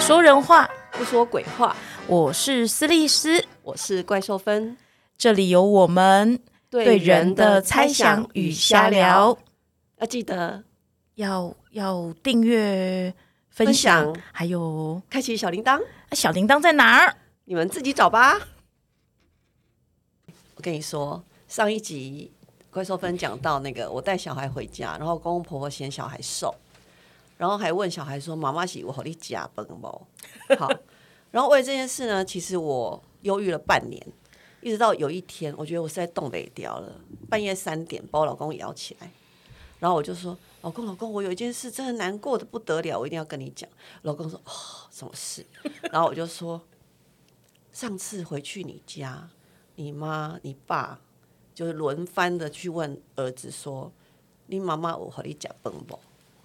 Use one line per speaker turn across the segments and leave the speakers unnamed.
说人话，
不说鬼话。
我是斯利斯，
我是怪兽芬，
这里有我们对人的猜想与瞎聊，，
要记得
要要订阅、分
分
享，
享
还有
开启小铃铛，
啊小铃铛在哪儿？
你们自己找吧。我跟你说，上一集怪兽芬讲到那个，我带小孩回家，然后公公婆婆嫌小孩瘦，然后还问小孩说：“妈妈是我和你假崩不？”好，然后为了这件事呢，其实我忧郁了半年，一直到有一天，我觉得我实在冻北掉了，半夜三点把我老公摇起来，然后我就说：“老公，老公，我有一件事真的难过的不得了，我一定要跟你讲。”老公说：“哦，什么事？”然后我就说：“上次回去你家，你妈、你爸就是轮番的去问儿子说：‘你妈妈有和你假崩不？’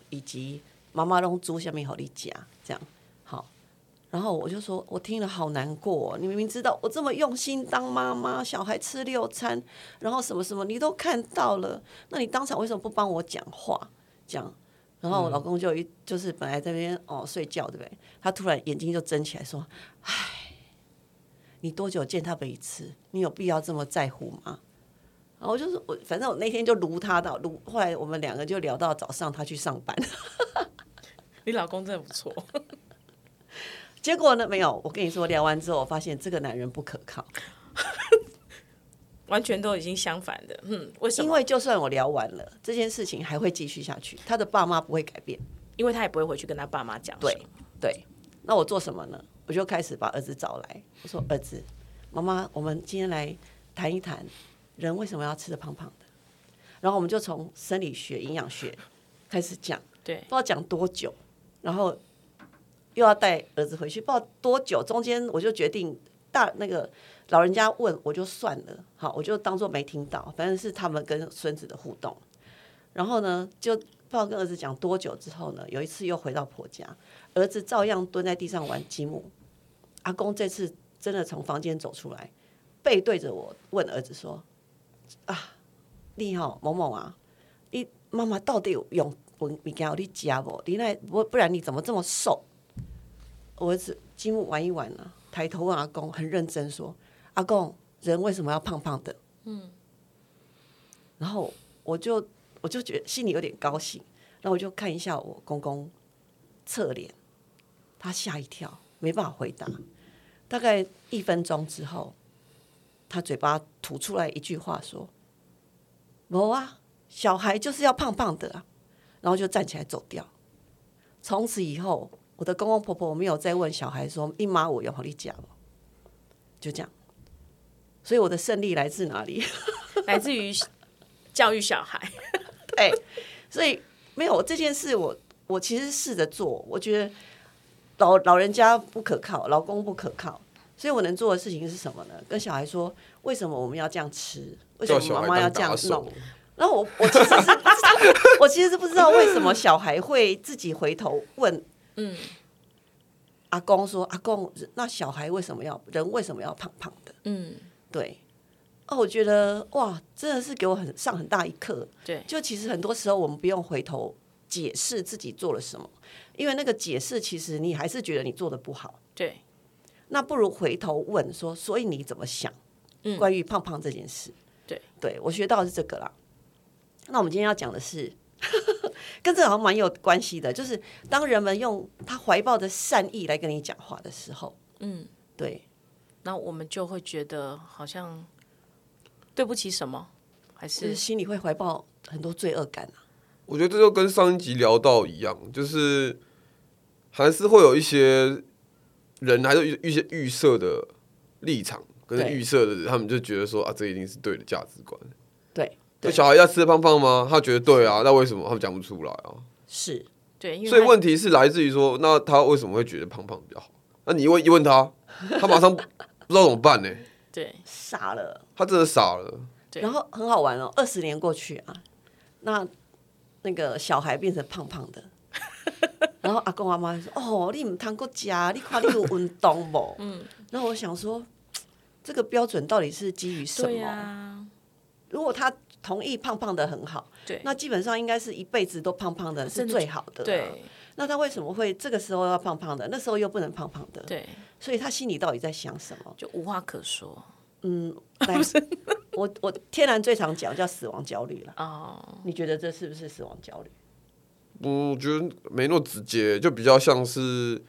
以及‘妈妈弄煮下面和你假’这样。”好，然后我就说：“我听了好难过、哦，你明明知道我这么用心当妈妈，小孩吃六餐，然后什么什么你都看到了，那你当场为什么不帮我讲话？”这样。然后我老公就一就是本来在那边哦睡觉对不对？他突然眼睛就睁起来说：“你多久见他们一次？你有必要这么在乎吗？然后我就是我，反正我那天就撸他到撸，后来我们两个就聊到早上他去上班，
你老公真的不错，
结果呢没有，我跟你说聊完之后，我发现这个男人不可靠，
完全都已经相反的。嗯，为什
因
么？
为就算我聊完了，这件事情还会继续下去，他的爸妈不会改变。
因为他也不会回去跟他爸妈讲。
对，对，那我做什么呢？我就开始把儿子找来，我说：“儿子，妈妈，我们今天来谈一谈人为什么要吃的胖胖的。”然后我们就从生理学、营养学开始讲，
对
不知道讲多久，然后又要带儿子回去，不知道多久，中间我就决定大那个老人家问我就算了，好，我就当做没听到，反正是他们跟孙子的互动。然后呢，就不知道跟儿子讲多久之后呢，有一次又回到婆家，儿子照样蹲在地上玩积木。阿公这次真的从房间走出来，背对着我问儿子说：“啊，你好、某某啊，你妈妈到底有用文物件有你吃不？你那不不然你怎么这么瘦？”我儿子积木玩一玩呢、抬头问阿公，很认真说：“阿公，人为什么要胖胖的？”嗯，然后我就我就觉得心里有点高兴，然后我就看一下我公公侧脸，他吓一跳，没办法回答。大概一分钟之后，他嘴巴吐出来一句话说：“没啊，小孩就是要胖胖的啊。”然后就站起来走掉。从此以后，我的公公婆婆没有再问小孩说：“你妈我有和你讲吗？”哦就这样。所以我的胜利来自哪里？
来自于教育 小孩。
对，所以没有这件事我，我其实试着做，我觉得老老人家不可靠，老公不可靠，所以我能做的事情是什么呢？跟小孩说，为什么我们要这样吃？为什
叫
么
小
妈
孩
妈要
当
这样
打手
弄？，然后我我其实是不知道，我其实是不知道为什么小孩会自己回头问
嗯，
阿公说：“阿公，那小孩为什么要人为什么要胖胖的？”
嗯，
对。哦，我觉得哇，真的是给我很上很大一课。
对
就其实很多时候我们不用回头解释自己做了什么，因为那个解释其实你还是觉得你做的不好。
对，
那不如回头问说，所以你怎么想？
嗯
关于胖胖这件事，
对，
对我学到的是这个啦。那我们今天要讲的是， 跟这个好像蛮有关系的，就是当人们用他怀抱的善意来跟你讲话的时候，
嗯，
对，
那我们就会觉得好像对不起什么，还
就是
是
心里会怀抱很多罪恶感啊。
我觉得这就跟上一集聊到一样，就是还是会有一些人还是有一些预设的立场跟
对
预设的，他们就觉得说啊，这一定是对的价值观。
对，
那
对
小孩要吃的胖胖吗？他觉得对啊，那为什么他们讲不出来啊？
是
对，因为
所以
他
问题是来自于说，那他为什么会觉得胖胖比较好？那你一问一问他，他马上不知道怎么办呢、
对
傻了。
他真的傻了。
对
然后很好玩哦，二十年过去啊，那那个小孩变成胖胖的， 然后阿公阿妈就说：“哦，你唔通过家，你看你有运动 不？”嗯，然后我想说，嘖这个标准到底是基于什么？
对啊，
如果他同意胖胖的很好，
对
那基本上应该是一辈子都胖胖的是最好的、啊
对，
那他为什么会这个时候要胖胖的，那时候又不能胖胖的？
对，
所以他心里到底在想什么？
就无话可说
嗯，来我我天然最常讲叫死亡焦虑了。
哦，
你觉得这是不是死亡焦虑？
我觉得没那么直接，就比较像是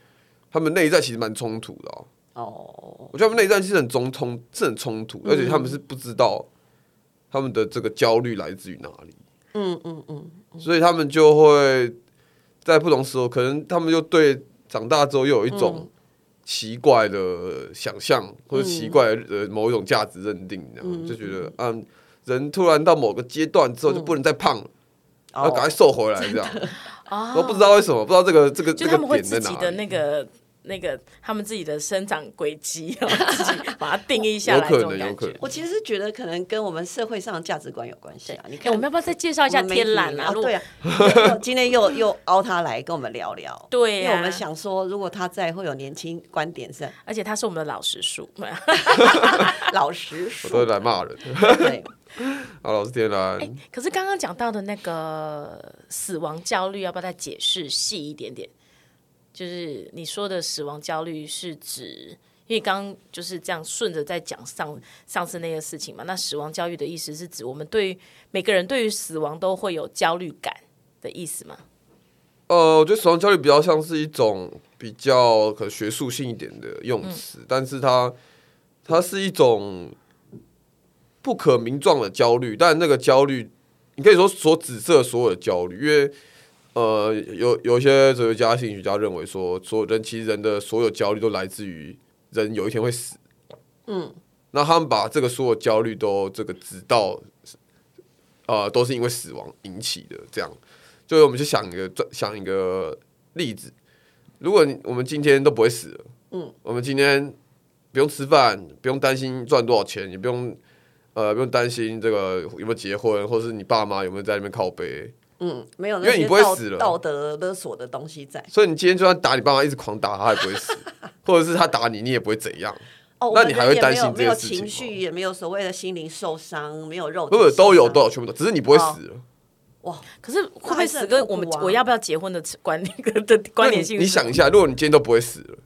他们内在其实蛮冲突的、哦。
哦，
我觉得他们内在其实很冲冲，是很冲突，而且他们
嗯
是不知道他们的这个焦虑来自于哪里。
嗯嗯嗯，
所以他们就会在不同时候，可能他们就对长大之后又有一
嗯
种奇怪的想象，或者奇怪的某一种价值认定，这样、
嗯
就觉得啊，人突然到某个阶段之后就不能再胖了，然
哦
后赶快瘦回来，这样。
啊
我不知道为什么，不知道这个这个
就
这
他
个
们会
点
自
在
己
哪
的
里。
那个那个他们自己的生长轨迹， 然后自己把它定义下
有
来，
可
这种
能有
感
可
觉
能。
我其实觉得可能跟我们社会上的价值观有关系啊。你
哎，
看，
我们要不要再介绍一下
我们媒
天
体
蓝啊？
哦
如果
对啊，又又今天又又凹他来跟我们聊 聊。
对
因
啊
为我们想说，如果他在，会有年轻观点 是
而且他是我们的老实树，
老实
我都会
说，
来骂人。
对，
好，老师天蓝，
哎、可是刚刚讲到的那个死亡焦虑，要不要再解释细一点点？就是你说的死亡焦虑是指，因为刚刚就是这样顺着在讲上上次那个事情嘛。那死亡焦虑的意思是指我们对每个人对于死亡都会有焦虑感的意思吗？
呃，我觉得死亡焦虑比较像是一种比较可能学术性一点的用词，但是它它是一种不可名状的焦虑，但那个焦虑，你可以说所指涉所有的焦虑，因为呃，有有一些哲学家、心理学家认为说，所有人其实人的所有焦虑都来自于人有一天会死，嗯，那他们把这个所有焦虑都这个直到呃都是因为死亡引起的这样。就是我们去想一个想一个例子，如果你我们今天都不会死了，嗯，我们今天不用吃饭，不用担心赚多少钱，也不用呃不用担心这个有没有结婚，或是你爸妈有没有在那边靠背，
嗯，没有那
因为你
些
不会
道
死了
道德勒索的东西在。
所以你今天就算打你爸妈一直狂打他，也不会 死，或者是他打你，你也不会怎样，
哦，
那
我
你
们
还
人
会
也
担
没有
心这
没有
些事情
情绪，也没有所谓的心灵受伤，没有肉体
不不都有
受伤
都有，全部都，只是你不会死
啊
了。
可是会不
那
会
还是
死
很
跟
痛
我们、
苦啊
我要不要结婚的关的关联性
那你你
是什
想
么
一下，如果你今天都不会死了，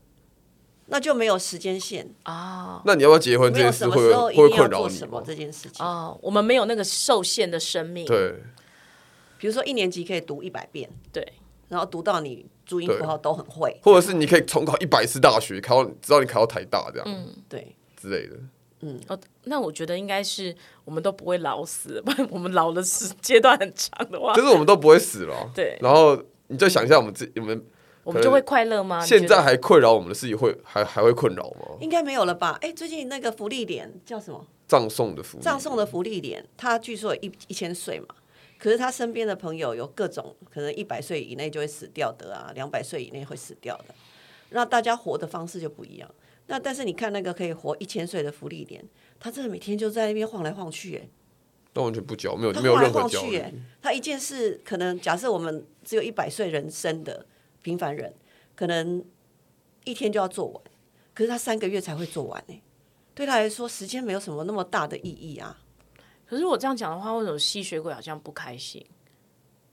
那就没有时间线，
啊
那你要不要结婚这
没有
件事
什
会
么时候
会
一
会
定要
困扰
做
你
什么
吗？
这件事情。
哦，我们没有那个受限的生命，
对，
比如说一年级可以读一百遍，
对
然后读到你注音符号都很会，
或者是你可以重考一百次大学，考到直到你考到台大这样、
嗯对，
之类的。
哦，那我觉得应该是我们都不会老死， 不然我们老的时阶段很长
哦
的话，
就是我们都不会死了啊、
对
然后你就想一下，我们自己我们
我们就会快乐吗？你
现
觉得
在还困扰我们的事情会还还会困扰吗？
应该没有了吧？哎，最近那个福利脸叫什么？
葬送的福利，
葬送的福利脸，他据说有一一千岁嘛，可是他身边的朋友有各种可能一百岁以内就会死掉的啊，两百岁以内会死掉的，那大家活的方式就不一样。那但是你看那个可以活一千岁的福利脸，他真的每天就在那边晃来晃去、哎，
那完全不焦，没有
他
没有
晃来
任何
晃
焦
去、
虑。
耶，他一件事可能假设我们只有一百岁人生的平凡人，可能一天就要做完，可是他三个月才会做完哎、对他来说，时间没有什么那么大的意义啊，
可是我这样讲的话，为什么吸血鬼好像不开心？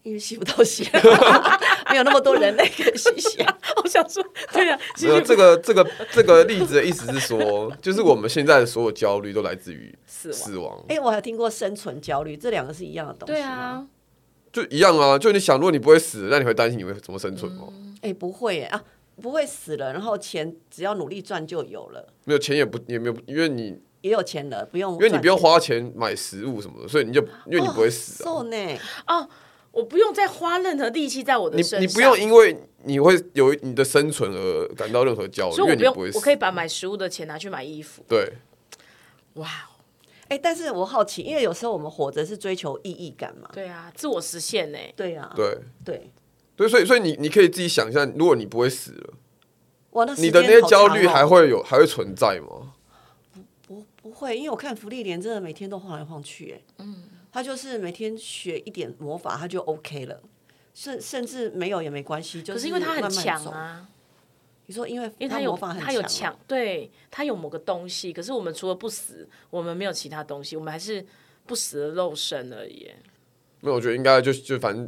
因为吸不到血， 没有那么多人类可以啊吸血。
我想说，对呀、吸血
没有
鬼
这个这个这个例子的意思是 说，就是我们现在的所有焦虑都来自于
死亡
死亡，
哎、我还听过生存焦虑，这两个是一样的东西
对
吗？
啊，
就一样啊。就你想，如果你不会死，那你会担心你会怎么生存吗？
哎、不会、哎啊，不会死了，然后钱只要努力赚就有了，
没有钱也不也没有，因为你
也有钱了，不用
因为你
赚
不用
钱
花钱买食物什么的，所以你就因为你不会死、啊
哦瘦呢。
我不用再花任何力气在我的
你
身上，
你不用因为你会有你的生存而感到任何焦虑，
所
因
以我
为你
用
会，死。嗯
我可以把嗯买食物的钱拿去买衣服。
对，
哇，哦
哎、但是我好奇，因为有时候我们活着是追求意义感嘛。
对啊，自我实现呢、
对啊，
对
对，
对，所以所以你你可以自己想象，如果你不会死了，
哇，那时
你
间
的那些
好
焦
长
虑
哦
还会有还会存在吗？
不不会？因为我看福利莲真的每天都晃来晃去、哎，嗯，他就是每天学一点魔法，他就 OK 了，甚甚至没有也没关系，就
可是因为他很
慢慢
强
走。
啊，
你说因为
因为他有
魔法很
他有
哦
强，对他有某个东西。可是我们除了不死，我们没有其他东西，我们还是不死的肉身而已耶。
没有，我觉得应该就就反正，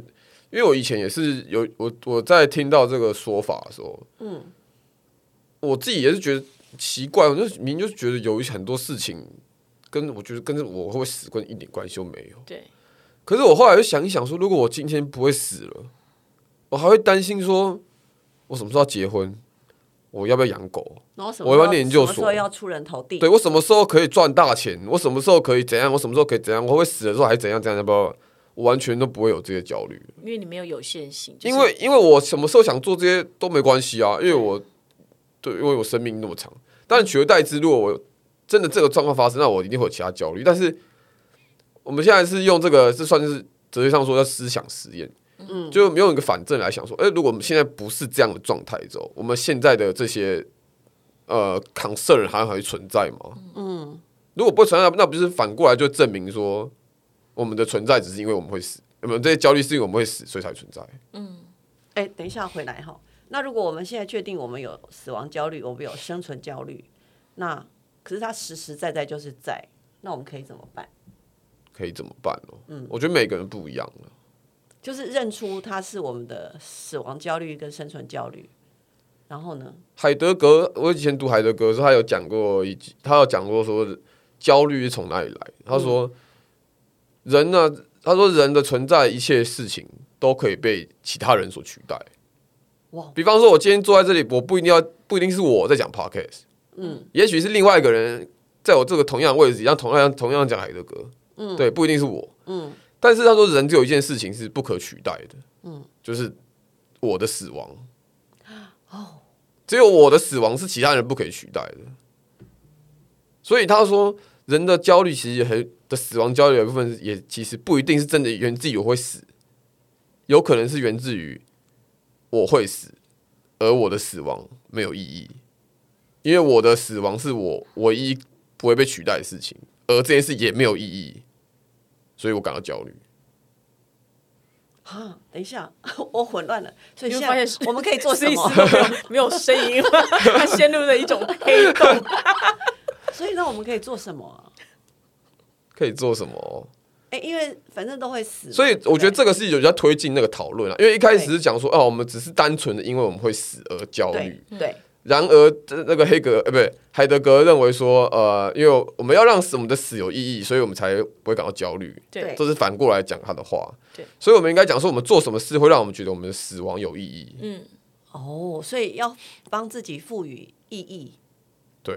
因为我以前也是有我我在听到这个说法的时候，嗯，我自己也是觉得奇怪，我就明明就是觉得有一些很多事情跟我觉得跟我会不会死跟一点关系都没有。
对，
可是我后来又想一想说，如果我今天不会死了，我还会担心说，我什么时候要结婚，我要不要养狗，
然后什
我
么
要
时候
念研究
什么时
所
候要出人头地？
对我什么时候可以赚大钱，我什么时候可以怎样，我什么时候可以怎样，我会不会死的时候还怎样怎样，要不要，我完全都不会有这些焦虑。
因为你没有有限性，就是
因为因为我什么时候想做这些都没关系啊，因为我对，因为我生命那么长。但取而代之，如果我真的这个状况发生，那我一定会有其他焦虑。但是我们现在是用这个，这算是哲学上说叫思想实验，嗯，就没有一个反证来想说，哎、如果我们现在不是这样的状态之后，我们现在的这些呃 concern 还还会存在吗？嗯，如果不存在，那不是反过来就证明说我们的存在只是因为我们会死，我们这些焦虑是因为我们会死，所以才存在。
哎，等一下回来哈。那如果我们现在确定我们有死亡焦虑，我们有生存焦虑，那可是它实实在在就是在，那我们可以怎么办？
可以怎么办哦？我觉得每个人不一样了。
就是认出它是我们的死亡焦虑跟生存焦虑，然后呢，
海德格，我以前读海德格的时候，他有讲过一句，他有讲过说焦虑是从哪里来？他说、人呢、他说人的存在一切事情都可以被其他人所取代。
哇
比方说，我今天坐在这里，我不一定要不一定是我在讲 podcast，嗯，也许是另外一个人在我这个同样的位置，让同样同样讲海德格，嗯，对，不一定是我，嗯，但是他说人只有一件事情是不可取代的，嗯，就是我的死亡。只有我的死亡是其他人不可以取代的。所以他说，人的焦虑其实很的死亡焦虑的部分，也其实不一定是真的源自于我会死，有可能是源自于我会死，而我的死亡没有意义，因为我的死亡是我唯一不会被取代的事情，而这件事也没有意义，所以我感到焦虑。
啊，等一下， 我混乱了，所以
你
现
会发
在
现是
我们可以做什
思
么
思？都没有没有声音， 他陷入了一种黑洞。
所以那我们可以做什么啊？
可以做什么哦？
哎，因为反正都会死嘛，
所以我觉得
对
这个是有在推进那个讨论啊，因为一开始是讲说，哦，我们只是单纯的因为我们会死而焦虑。
对
嗯
对
然而，这那个黑格呃，不对，海德格认为说，呃，因为我们要让死我们的死有意义，所以我们才不会感到焦虑。
对
对
这是反过来讲他的话。
对，
所以我们应该讲说，我们做什么事会让我们觉得我们的死亡有意义？
嗯
哦，所以要帮自己赋予意义。
对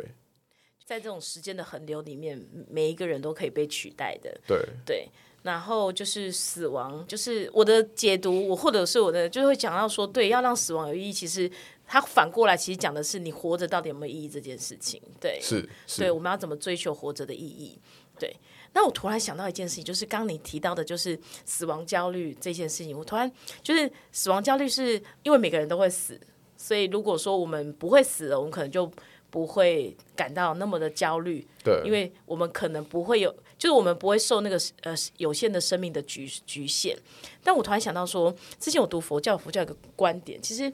在这种时间的横流里面，每一个人都可以被取代的。
对，
对，然后就是死亡，就是我的解读，我或者是我的，就会讲到说，对，要让死亡有意义。其实它反过来，其实讲的是你活着到底有没有意义这件事情。对，
是是
对，我们要怎么追求活着的意义？对。那我突然想到一件事情，就是刚你提到的，就是死亡焦虑这件事情。我突然就是死亡焦虑，是因为每个人都会死，所以如果说我们不会死了，我们可能就不会感到那么的焦虑。
对，
因为我们可能不会有，就是我们不会受那个呃有限的生命的局局限。但我突然想到说，之前我读佛教，佛教有个观点，其实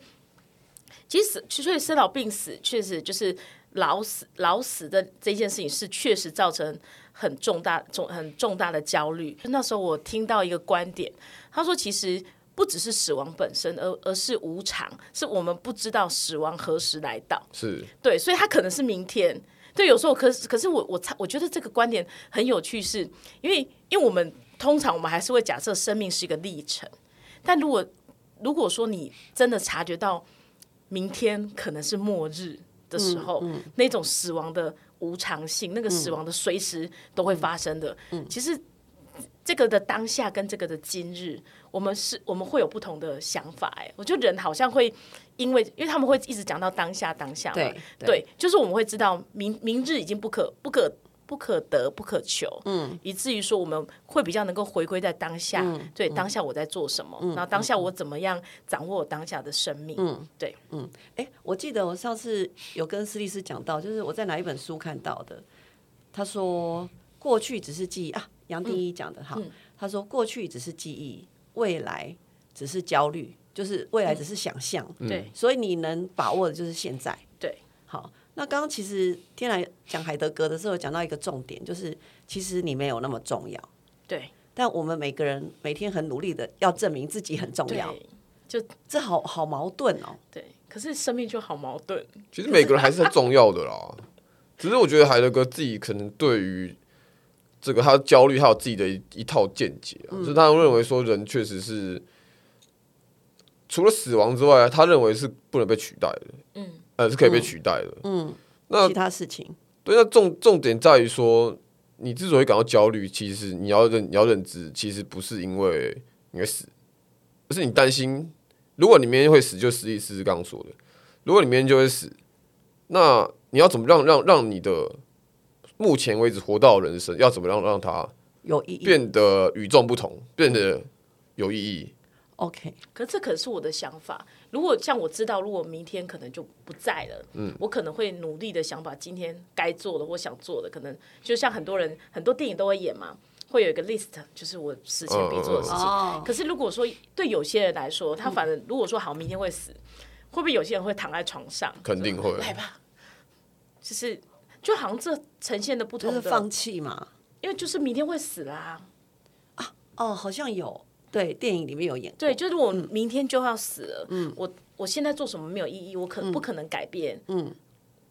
其实其实生老病死确实就是老死老死的这件事情是确实造成很重大重很重大的焦虑。那时候我听到一个观点，他说其实。不只是死亡本身，而而是无常，是我们不知道死亡何时来到。
是
对，所以他可能是明天。对，有时候可是可是我我猜我觉得这个观点很有趣是，因为因为我们通常我们还是会假设生命是一个历程，但如果如果说你真的察觉到明天可能是末日的时候，那种死亡的无常性，那个死亡的随时都会发生的，其实这个的当下跟这个的今日，我们是我们会有不同的想法。哎，我觉得人好像会因为因为他们会一直讲到当下当下嘛，
对对
对，就是我们会知道明明日已经不可不可。不可得，不可求，嗯，以至于说我们会比较能够回归在当下，对当下我在做什么，然后当下我怎么样掌握我当下的生命，嗯，对，
哎，我记得我上次有跟斯利斯讲到，就是我在哪一本书看到的，他说过去只是记忆啊，杨
嗯
定一讲的哈，他说过去只是记忆，未来只是焦虑，就是未来只是想象，
嗯
嗯
对
所以你能把握的就是现在。
对，
好，那刚刚其实天来讲海德格的时候，讲到一个重点，就是其实你没有那么重要，
对
但我们每个人每天很努力的要证明自己很重
对
要，
就
这好好矛盾哦。
对，可是生命就好矛盾，
其实每个人还是很重要的啦，只是我觉得海德格自己可能对于这个他焦虑，还有自己的一一套见解、啊，就是他认为说人确实是除了死亡之外，他认为是不能被取代的，
嗯，
呃，是可以被取代的。
嗯，
那
其他事情，
对，那重重点在于说，你之所以感到焦虑，其实你要认你要认知，其实不是因为你会死，而是你担心，如果你明天会死，就实力思思刚刚说的，如果你明天就会死，那你要怎么让让让你的目前为止活到的人生，要怎么让让它
有意义。
变得与众不同，变得有意义？
OK，
可是这可是我的想法。如果像我知道，如果明天可能就不在了，我可能会努力的想把今天该做的或想做的，可能就像很多人很多电影都会演嘛，会有一个 list，就是我事前必做的事情。
哦
可是如果说对有些人来说，他反正如果说好明天会死，会不会有些人会躺在床上？
肯定会。
来吧，就是就好像这呈现的不
就
同
是
的，
放弃嘛。
因为就是明天会死啦。
哦，好像有，对，电影里面有演过。
对，就是我明天就要死了，我我现在做什么没有意义，我可不可能改变？嗯，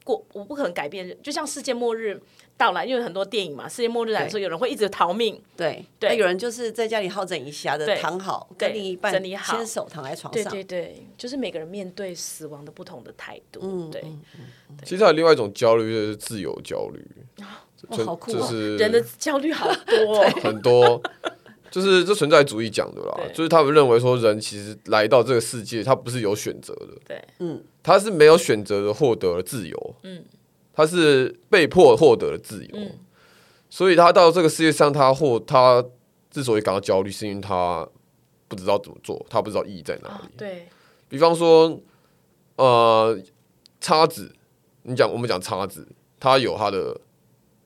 过我不可能改变，就像世界末日到来，因为很多电影嘛，世界末日来说，有人会一直逃命，
对
对
那有人就是在家里好整以暇的
对
躺好，
对
跟另一半
整理好
牵手躺在床
对
上。
对对，就是啊每个人面对死亡的不同的态度，对，
其实还有另外一种焦虑，就是自由焦虑，
哇好酷哦
就是，
人的焦虑好多、哦
很多，就是这存在主义讲的啦，
对
就是他们认为说人其实来到这个世界，他不是有选择的，
对，
他是没有选择的获得了自由，嗯，他是被迫获得了自由，所以他到这个世界上，他或他之所以感到焦虑，是因为他不知道怎么做，他不知道意义在哪里。
啊对，
比方说，呃，叉子，你讲我们讲叉子，它有它的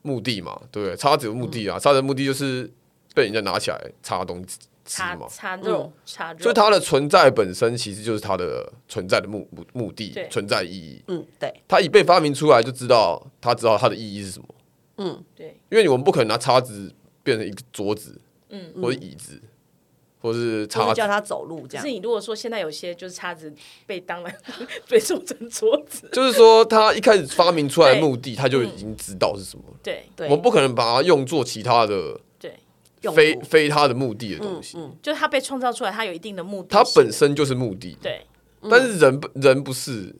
目的嘛，对不对？叉子有目的啊，叉子的目的就是被人家拿起来插东西吃
插
嘛，
插肉插肉，
所以它的存在本身其实就是它的存在的目目目的
对、
存在意义。
嗯，对，
它一被发明出来，就知道它知道它的意义是什么，
对
因为我们不可能拿叉子变成一个桌子，嗯，或者椅子，或是
就
叉
是
子
叫，他走路
可
这样
是。你如果说现在有些就是叉子被当 然被做成桌子，
就是说它一开始发明出来的
对
目的，它就已经知道是什么了。
对
对，
我们不可能把它用作其他的
对，
用
非
途
非它的目的的东西，
就是它被创造出来，它有一定的目的
它
性，
本身就是目的。
对。
但是人不人不是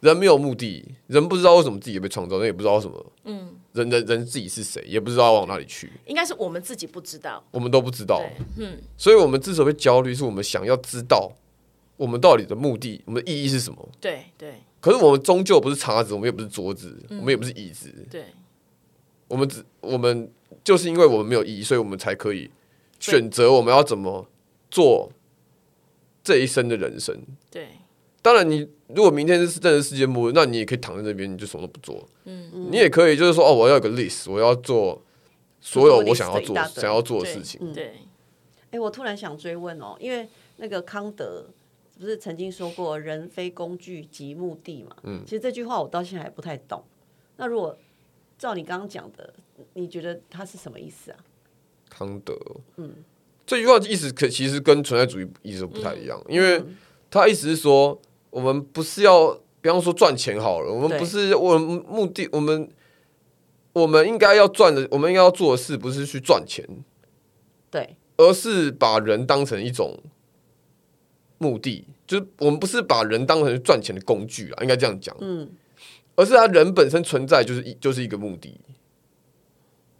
人没有目的，人不知道为什么自己被创造，人也不知道为什么，嗯，人人人自己是谁，也不知道往哪里去，
应该是我们自己不知道。
我们都不知道
对。，嗯，
所以我们之所以会焦虑，是我们想要知道我们到底的目的，我们的意义是什么。
对对
可是我们终究不是叉子，我们也不是桌子，我们也不是椅子，
对
我们只我们就是因为我们没有意义，所以我们才可以选择我们要怎么做这一生的人生。
对
当然你，如果明天是真的世界末日，那你也可以躺在那边，你就什么都不做。嗯，你也可以就是说，哦，我要有个 list，我要做所有我想要做
To-do list 一大堆
想要做的
对
事情。
对
哎，我突然想追问哦，因为那个康德不是曾经说过“人非工具即目的”嘛？嗯，其实这句话我到现在还不太懂。那如果照你刚刚讲的，你觉得它是什么意思啊？
康德，嗯，这句话意思可其实跟存在主义意思不太一样，因为他意思是说，我们不是要，比方说赚钱好了，我们
对
不是我们目的，我们我们应该要赚的，我们应该要做的事不是去赚钱，
对，
而是把人当成一种目的，就是我们不是把人当成赚钱的工具啊，应该这样讲，
嗯，
而是他人本身存在就是一就是一个目的，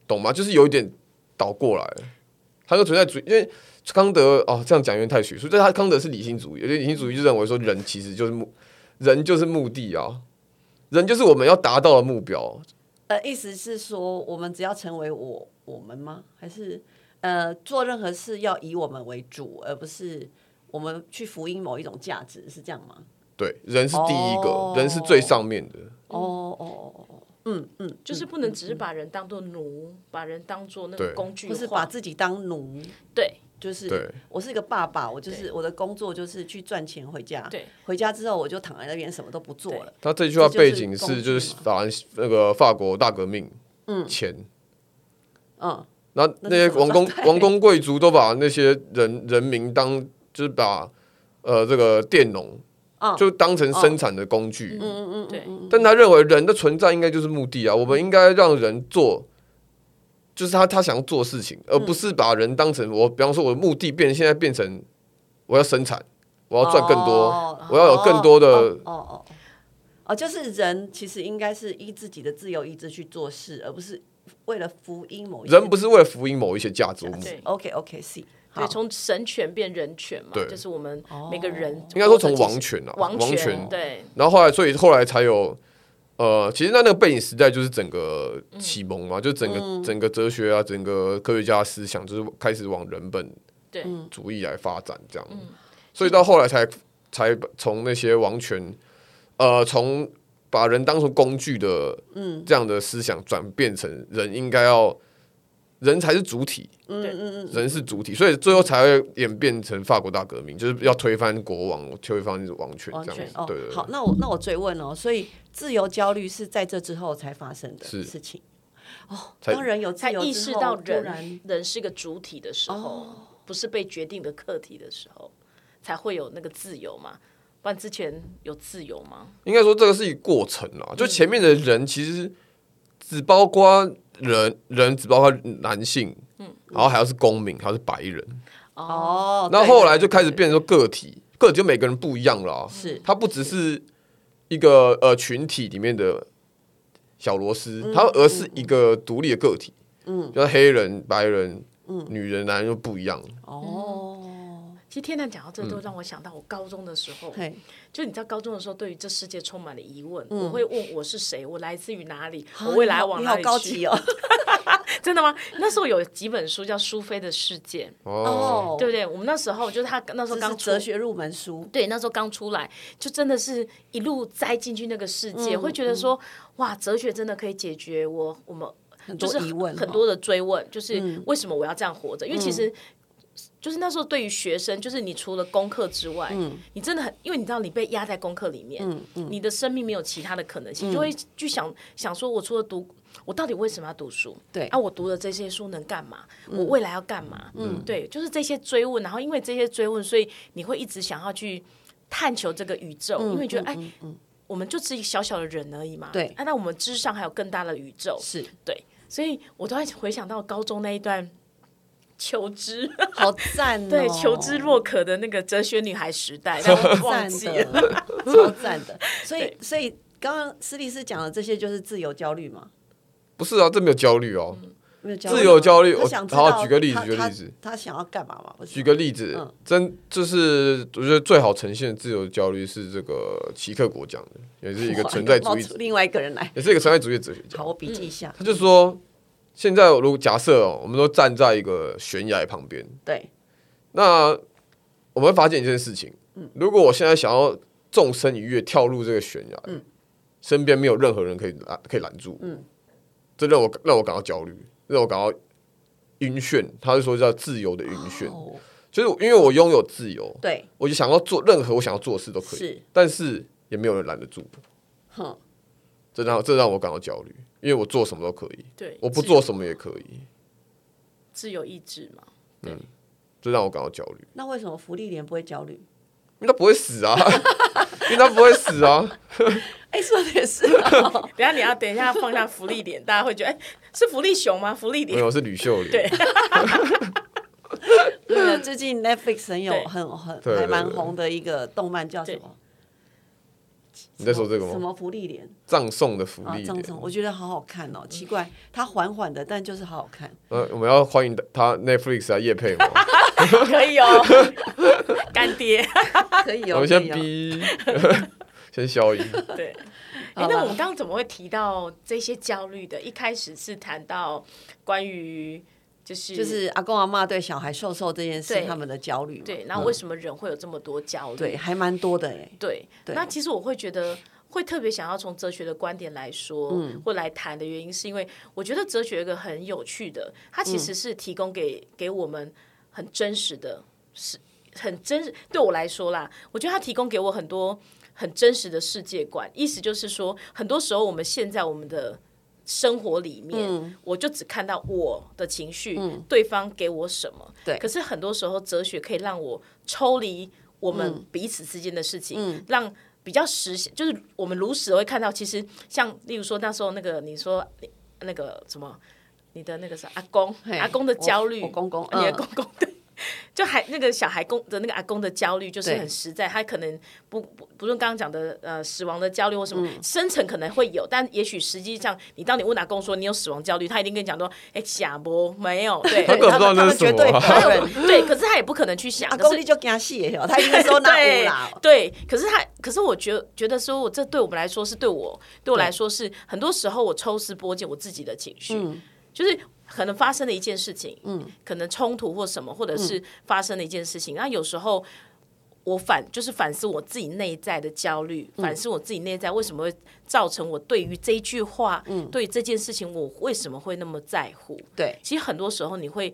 懂吗？就是有一点倒过来，他就存在主义，因为康德哦这样讲有点太学术，但他康德是理性主义，而且理性主义就认为说人其实就是目人就是目的啊，人就是我们要达到的目标，
呃，意思是说，我们只要成为我我们吗？还是呃，做任何事要以我们为主，而不是我们去福音某一种价值，是这样吗？
对，人是第一个，
哦
人是最上面的，
哦哦哦哦，嗯嗯，
就是不能只是把人当做奴，把人当做那
对
个工具
不
化，
是把自己当奴，
对
就是
对
我是一个爸爸，我就是我的工作就是去赚钱回家，
对，
回家之后我就躺在那边什么都不做了，
他这句话背景
这就是是工具
就是法兰那个法国大革命前，
嗯，
然后那些王公王公贵族都把那些人人民当就是把呃这个佃农
嗯
就当成生产的工具，
嗯嗯
对
嗯
但他认为人的存在应该就是目的啊，我们应该让人做，就是他他想要做事情，而不是把人当成我，比方说我的目的变现在变成我要生产，我要赚更多，
哦
我要有更多的、
哦哦哦哦哦，就是人其实应该是依自己的自由意志去做事，而不是为了福音某一
人不是为了福音某一些价值，我们
对
OK OK C 好
对，从神权变人权嘛，
对
就是我们每个人
哦
应该说从王权啊，
王
王
权，对，
然后后来，所以后来才有，呃，其实那那个背景时代就是整个启蒙嘛，就整个、整个哲学啊，整个科学家思想就是开始往人本
对
嗯
主义来发展这样，所以到后来才才从那些王权，呃，从把人当成工具的，嗯，这样的思想转变成人应该要人才是主体，
嗯嗯嗯，
人是主体，所以最后才会演变成法国大革命，就是要推翻国王，推翻王权
完
这样
全
子，
哦
对对，对
好，那我那我追问哦，所以自由焦虑是在这之后才发生的
是
事情哦。
才
当人有自
才
由
意
之
识
后
到
突
人
然
人是个主体的时候，不是被决定的课题的时候，才会有那个自由嘛。不然之前有自由吗？
应该说这个是一个过程啦，就前面的人其实只包括人，人只包括男性，然后还要是公民，还要是白人，
哦，
那
对
后来就开始变成说个体，个体就每个人不一样了啊，
是
他不只是一个呃群体里面的小螺丝，他而是一个独立的个体，嗯，就是黑人、白人、女人、男人就不一样，
哦，
其实天亮讲到这，都让我想到我高中的时候，
嗯嘿，嗯
就你知道高中的时候，对于这世界充满了疑问。我会问我是谁，我来自于哪里，我未来往
啊你
哪
好
里去？
高级哦，
真的吗？那时候有几本书叫《苏菲的世界》，
哦，
对不对？我们那时候就是他那时候
这是
刚出
哲学入门书，
对，那时候刚出来，就真的是一路栽进去那个世界，
嗯
会觉得说，哇，哲学真的可以解决我我们
很
就
多
是
疑问，嗯
很多的追问，就是为什么我要这样活着？因为其实。就是那时候，对于学生，就是你除了功课之外，
嗯
你真的很，因为你知道你被压在功课里面，你的生命没有其他的可能
嗯
性，就会去想想说，我除了读，我到底为什么要读书？
对
啊，我读的这些书能干嘛？我未来要干嘛？嗯，对，就是这些追问，然后因为这些追问，所以你会一直想要去探求这个宇宙，
嗯
因为觉得哎，我们就只是一个小小的人而已嘛，
对
啊，那我们之上还有更大的宇宙，
是
对，所以我突然回想到高中那一段求 知，
好赞哦，
对求知若渴的那个哲学女孩时 代，
超
让我忘
赞
记了。
的，超赞的。所以，所以刚刚斯利斯讲的这些就是自由焦虑嘛？
不是啊，这没有焦虑哦，
没有焦
自由焦虑
吗
我
他想知道
好举个例子
他
举个
他
例子
他想要干嘛嘛？不是
举个例子，
嗯
真就是我觉得最好呈现自由焦虑是这个齐克果讲的，也是一 个
哇
存在
冒
主义
出，另外一个人来，
也是一个存在主义的哲学家
好，。我笔记一下。
他就说，现在如果假设哦，我们都站在一个悬崖旁边，
对，
那我们会发现一件事情，
嗯
如果我现在想要纵身一跃跳入这个悬崖，
嗯
身边没有任何人可以拦可以拦住我，这让我让我感到焦虑，让我感到晕眩。他就说叫自由的晕眩，
哦，
就是因为我拥有自由，
对，
我就想要做任何我想要做的事都可以，
是
但是也没有人拦得住，
哼，
这让这让我感到焦虑，因为我做什么都可以，
对，
我不
自由
做什么也可以，
自由意志嘛，
这让我感到焦虑，
那为什么福利连不会焦虑？
因为他不会死啊， 因为他不会死 啊，
哎，说的也是啊，
等一下你要等一下放下福利点，大家会觉得哎、是福利熊吗？福利
没
点
有是吕秀莲，
对
对啊，最近 Netflix 很有
对
很很
对对
还蛮
对
红的一个动漫叫什么？
你在说这个
什
吗？
么福利连
葬送的福
啊？
哦
利
张
点，
总，我觉得好好看哦，奇怪，它缓缓的，但就是好好 看。
呃，我们要欢迎他 Netflix 啊来夜配 吗？
可以哦，干爹。
可以哦，
我们
可
先
以哦
逼，先消音，
对，哎、
好
那
啦
我们刚刚怎么会提到这些焦虑的？一开始是谈到关于就是
就是阿公阿妈对小孩瘦瘦这件
嗯
事，
对
他们的焦虑嘛，
对，然后为什么人会有这么多焦虑？
对，还蛮多的哎。
对，那其实我会觉得。会特别想要从哲学的观点来说，或来谈的原因，是因为我觉得哲学有一个很有趣的，它其实是提供给、给我们很真实的，是很真实。对我来说啦，我觉得它提供给我很多很真实的世界观。意思就是说，很多时候我们现在我们的生活里面，
嗯
我就只看到我的情绪，对方给我什么。
对
可是很多时候，哲学可以让我抽离我
嗯
们彼此之间的事情，让比较实现，就是我们如实地会看到，其实像例如说那时候那个你说那个什么，你的那个啥阿公
嘿
阿公的焦虑，
我我公公
啊你的
嗯
公公 对。就还那个小孩公的那个阿公的焦虑，就是
对
很实在。他可能不不不论刚刚讲的呃死亡的焦虑或什么，深层可能会有，但也许实际上你当你问阿公说你有死亡焦虑，他一定跟你讲说，哎、假不没有，对，
他根本不知
他
道那
们
是什
绝
么
对不
啊、
他
认
有对，可是他也不可能去想。
阿
可
公
是
你就惊死的哦，他应该说那有啦，
对，可是他，可是我觉觉得说，我这对我们来说是对我对我来说是很多时候我抽丝剥茧我自己的情绪，就是可能发生了一件事情，嗯，可能冲突或什么，或者是发生了一件事情，那、有时候。我反就是反思我自己内在的焦虑，反思我自己内在为什么会造成我对于这一句话，对于这件事情，我为什么会那么在乎？
对
其实很多时候你会。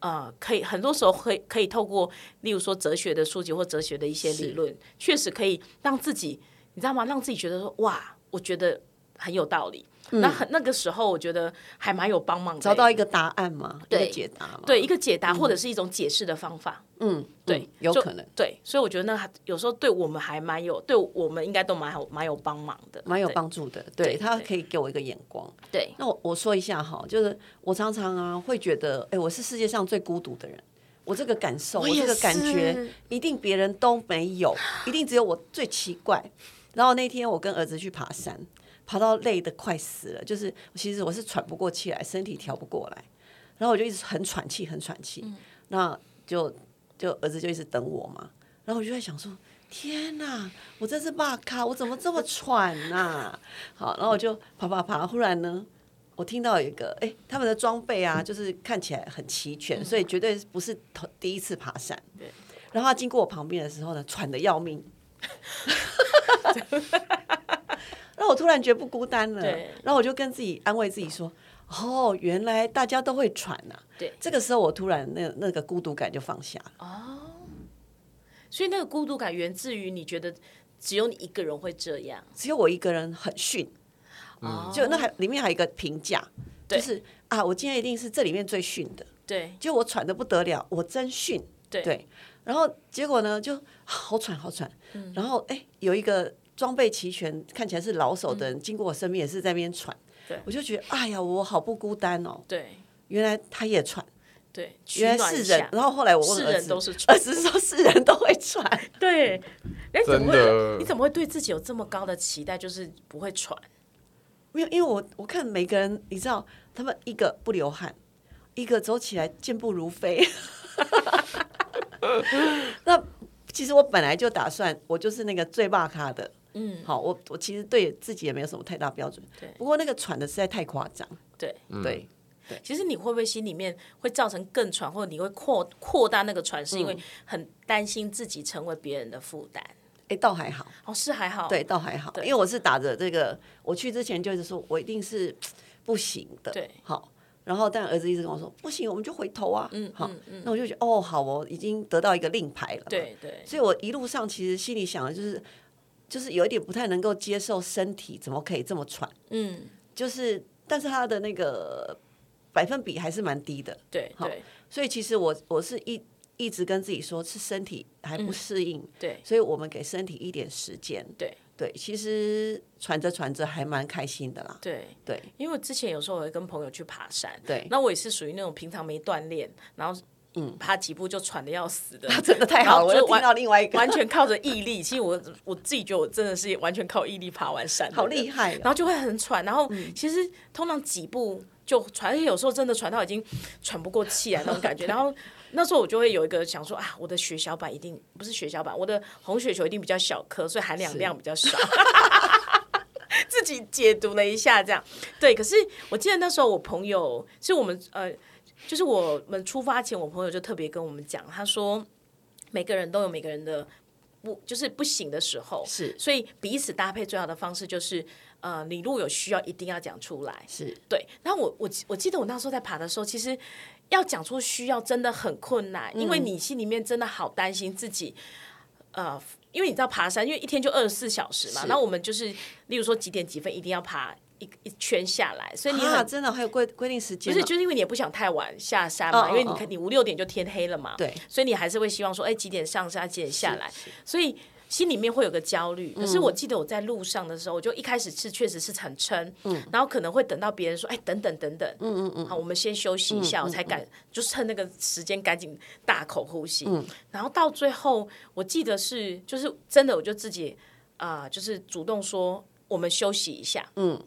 呃，可以很多时候可以可以透过，例如说哲学的书籍或哲学的一些理论，确实可以让自己，你知道吗？让自己觉得说，哇，我觉得很有道理。那很那个时候，我觉得还蛮有帮忙的，
嗯找到一个答案嘛，一个
对
解答嘛，
对一个解答、或者是一种解释的方法。
嗯，嗯，对，有
就
可能
对，所以我觉得那还有时候对我们还蛮有，对我们应该都蛮好蛮有帮忙的，
蛮有
对
帮助的，对
对
他
对
可以给我一个眼光。
对
那我我说一下哈，就是我常常啊会觉得，哎、我是世界上最孤独的人。我这个感受，我
也
这个感觉
是，
一定别人都没有，一定只有我最奇怪。然后那天我跟儿子去爬山，爬到累得快死了，就是其实我是喘不过气来，身体调不过来，然后我就一直很喘气，很喘气。
嗯
那就就儿子就一直等我嘛，然后我就在想说，天哪，我真是骂咖，我怎么这么喘呐、好，然后我就爬爬爬，忽然呢，我听到有一个，哎，他们的装备啊，就是看起来很齐全，所以
嗯
绝对不是头第一次爬山。然后他经过我旁边的时候呢，喘的 要命。然后我突然觉得不孤单了
对，
然后我就跟自己安慰自己说：“哦，原来大家都会喘呐、
对
这个时候我突然那那个孤独感就放下了。
所以那个孤独感源自于你觉得只有你一个人会这样，
只有我一个人很逊，
哦
嗯就那还里面还有一个评价，就是啊，我今天一定是这里面最逊的，
对
就我喘的不得了，我真逊。
对
然后结果呢，就啊好喘好喘，
嗯
然后哎，有一个装备齐全，看起来是老手的人、经过我身边也是在那边喘，
对
我就觉得哎呀，我好不孤单哦，
对
原来他也喘，
对，取
原来
暖
是
一下
人。然后后来我问
是
儿
人
子，
都是
儿
喘
子说是人都会喘，
对，哎，怎么
真的
会？你怎么会对自己有这么高的期待？就是不会喘，
没有，因为我我看每个人，你知道，他们一个不流汗，一个走起来健步如飞。 那其实我本来就打算，我就是那个最霸咖的。嗯，好，我我其实对自己也没有什么太大标准，
对
不过那个喘的实在太夸张，
对。
对，
其实你会不会心里面会造成更喘，或者你会扩扩大那个喘，是因为
嗯
很担心自己成为别人的负担？
哎，倒还好，
哦，是还好，
对，倒还好，因为我是打着这个，我去之前就是说我一定是不行的，
对
好。然后，但儿子一直跟我说不行，我们就回头啊。嗯，好，那我就觉得哦，好哦，已经得到一个令牌了嘛。
对对
所以我一路上其实心里想的就是，就是有一点不太能够接受身体怎么可以这么喘，
嗯，
就是但是他的那个百分比还是蛮低的，
对对
所以其实我我是一一直跟自己说是身体还不适应，
嗯对
所以我们给身体一点时间，
对
对，其实喘着喘着还蛮开心的啦，
对
对，
因为我之前有时候我会跟朋友去爬山，
对
那我也是属于那种平常没锻炼，然后嗯，爬几步就喘的要死的，
真的太好了，我
然后
又
就
听
完
到另外一个
完全靠着毅力。 其实我我自己觉得我真的是完全靠毅力爬完山，
好厉。害嗯
然
哦，
后就会很喘，然后其实通常几步就喘，而且有时候真的喘到已经喘不过气来那种感 觉。然后那时候我就会有一个想说啊，我的血小板一定不是血小板，我的红血球一定比较小颗，所以含氧量比较少。 自己解读了一下，这样 对。可是我记得那时候我朋友是我们呃，就是我们出发前，我朋友就特别跟我们讲，他说每个人都有每个人的不就是不行的时候，
是
所以彼此搭配最好的方式就是，呃，你如果有需要，一定要讲出来。
是
对，然后我我我记得我那时候在爬的时候，其实要讲出需要真的很困难，因为你心里面真的好担心自己，呃，因为你知道爬山，因为一天就二十四小时嘛，那我们就是例如说几点几分一定要爬。一一圈下来，所以你
啊，
很
真的还有规规定时
不
间
是，
啊，
就是因为你也不想太晚下山
哦
嘛，
哦
因为你
哦
看你五六点就天黑了嘛，
对，
所以你还是会希望说，哎，几点上山，几点下来
是，
所以心里面会有个焦虑。可是我记得我在路上的时候，我就一开始是确实是很撑，然后可能会等到别人说，哎，等等等等，嗯嗯嗯，好，我们先休息一下，我才敢就趁那个时间赶紧大口呼吸，然后到最后，我记得是就是真的，我就自己啊、就是主动说我们休息一下，
嗯，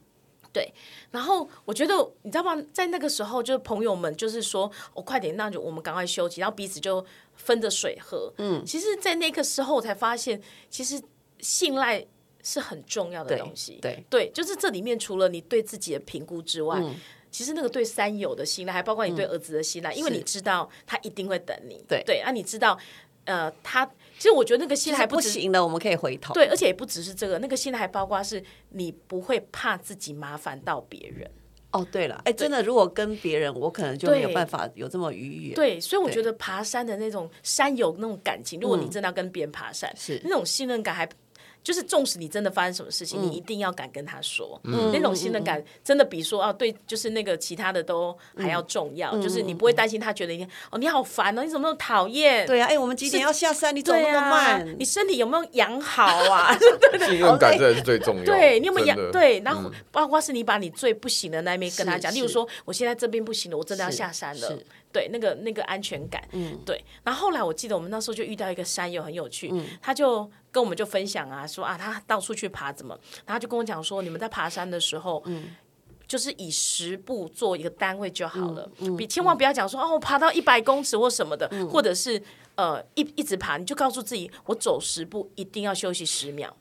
对。然后我觉得你知道吗，在那个时候，就是朋友们就是说，我、快点，那就我们赶快休息，然后彼此就分着水喝，嗯。其实，在那个时候，我才发现，其实信赖是很重要的东西，
对嗯
对，就是这里面除了你对自己的评估之外。其实那个对山友的信赖，还包括你对儿子的信赖，因为
是
你知道他一定会等你，
对
对，啊，你知道，呃，他其实我觉得那个信赖
还
还
不
不止
行了，我们可以回头。
对，而且也不只是这个，那个心态还包括是你不会怕自己麻烦到别人。
哦，对了，哎，真的，如果跟别人，我可能就没有
对
办法有这么愉悦。
对，所以我
对嗯
觉得爬山的那种山友那种感情，如果你真的要跟别人爬山，
是
那种信任感还。就是，纵使你真的发生什么事情，
嗯
你一定要敢跟他说，那种信任感真的比说啊，对，就是那个其他的都还
嗯
要重要。就是你不会担心他觉得你哦，你好烦哦，你怎么那么讨厌？
对啊，哎，我们几点要下山？你走
对
那么
啊
慢，，
你身体有没有养好啊？
信任感真的是最重要。
对，你有没有
真
养
的？
对，然后包括是你把你最不行的那一面跟他讲，
嗯是
例如
是
说，我现在这边不行了，我真的要
是
下山了
是。嗯
对，那个那个安全感，对。然后后来我记得我们那时候就遇到一个山友很有趣，
嗯
他就跟我们就分享啊，说啊，他到处去爬怎么，然后他就跟我讲说，你们在爬山的时候，
嗯
就是以十步做一个单位就好了，
嗯
比千万不要讲说哦，我爬到一百公尺或什么的，或者是呃一一直爬，你就告诉自己，我走十步一定要休息十秒。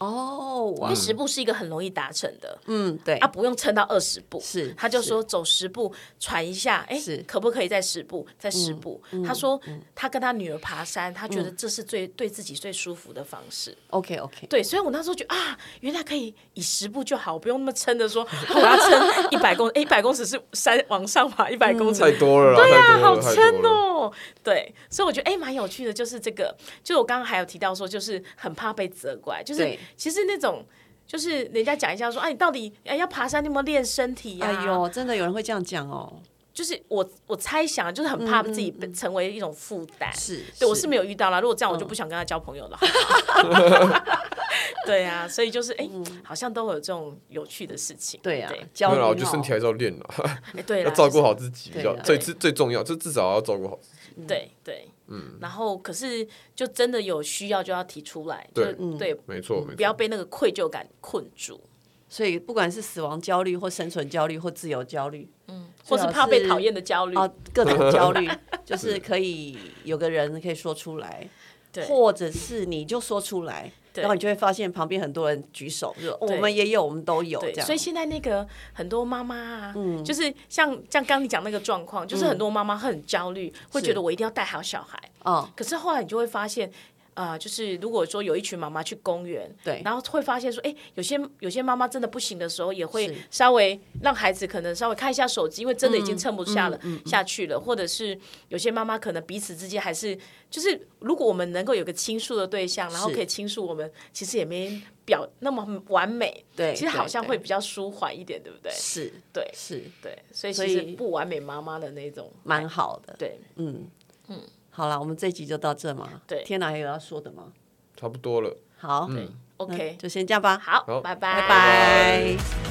哦，哇
因为，十步是一个很容易达成的，
嗯，对
啊，，不用撑到二十步。
是
他就说走十步喘一下，哎
是，嗯
可不可以再十步，再十步？他说他跟他女儿爬山，他觉得这是最对自己最舒服的方式。
OK OK，
对，所以我那时候觉得啊，原来可以以十步就好，不用那么撑的说我要撑一百公，哎，一百公尺是山往上爬一百
嗯
公尺
太多了啦，对
啊，好
撑
撑！哦。对，所以我觉得哎，蛮有趣的，就是这个，就我刚刚还有提到说，就是很怕被责怪，就是
对
其实那种。就是人家讲一下说，哎、你到底哎要爬山，你有没有练身体呀、
哎呦，真的有人会这样讲哦，
就是我我猜想，就是很怕自己被成为一种负担。
嗯
是，
对我是没有遇到啦，如果这样，我就不想跟他交朋友了。 好不好对啊，所以就是哎、好像都会有这种有趣的事情。
对啊
对，
教
嗯对
育
啦，
哦
我觉得身体还是要练啦，
哎对
要
啦，
照顾
就是
好自己比较
对啊
最最最重要，就至少要照顾好自己。
对对，嗯，然后可是就真的有需要就要提出来，
对
就对，
没错，没
不要
错。
被那个愧疚感困住，
所以不管是死亡焦虑或生存焦虑或自由焦虑，
或是怕被讨厌的焦虑。
啊，各种焦 虑，就是可以有个人可以说出来，
对
或者是你就说出来，然后你就会发现旁边很多人举手，就说哦我们也有，我们都有这
对，
样，嗯
所以现在那个很多妈妈啊，就是像像刚刚你讲那个状况，就是很多妈妈很焦虑，会觉得我一定要带好小孩。
嗯，
可是后来你就会发现，啊、就是如果说有一群妈妈去公园，
对
然后会发现说，哎，有些有些妈妈真的不行的时候，也会
是
稍微让孩子可能稍微看一下手机，因为真的已经
嗯
撑不下了、下去了，或者是有些妈妈可能彼此之间还是就是，如果我们能够有个倾诉的对象，然后
是
可以倾诉，我们其实也没表那么完美，
对
其实好
对
像
对
会比较舒缓一点，对不对？
是，
对
是
对，所以
所
其实
以
不完美妈妈的那种，
蛮好的，
对
嗯嗯，好了，我们这集就到这嘛，
对嗯
天哪，还有要说的吗？
差不多了。
好，
，OK，
嗯就先这样吧，
好，
好
拜
拜
拜
拜。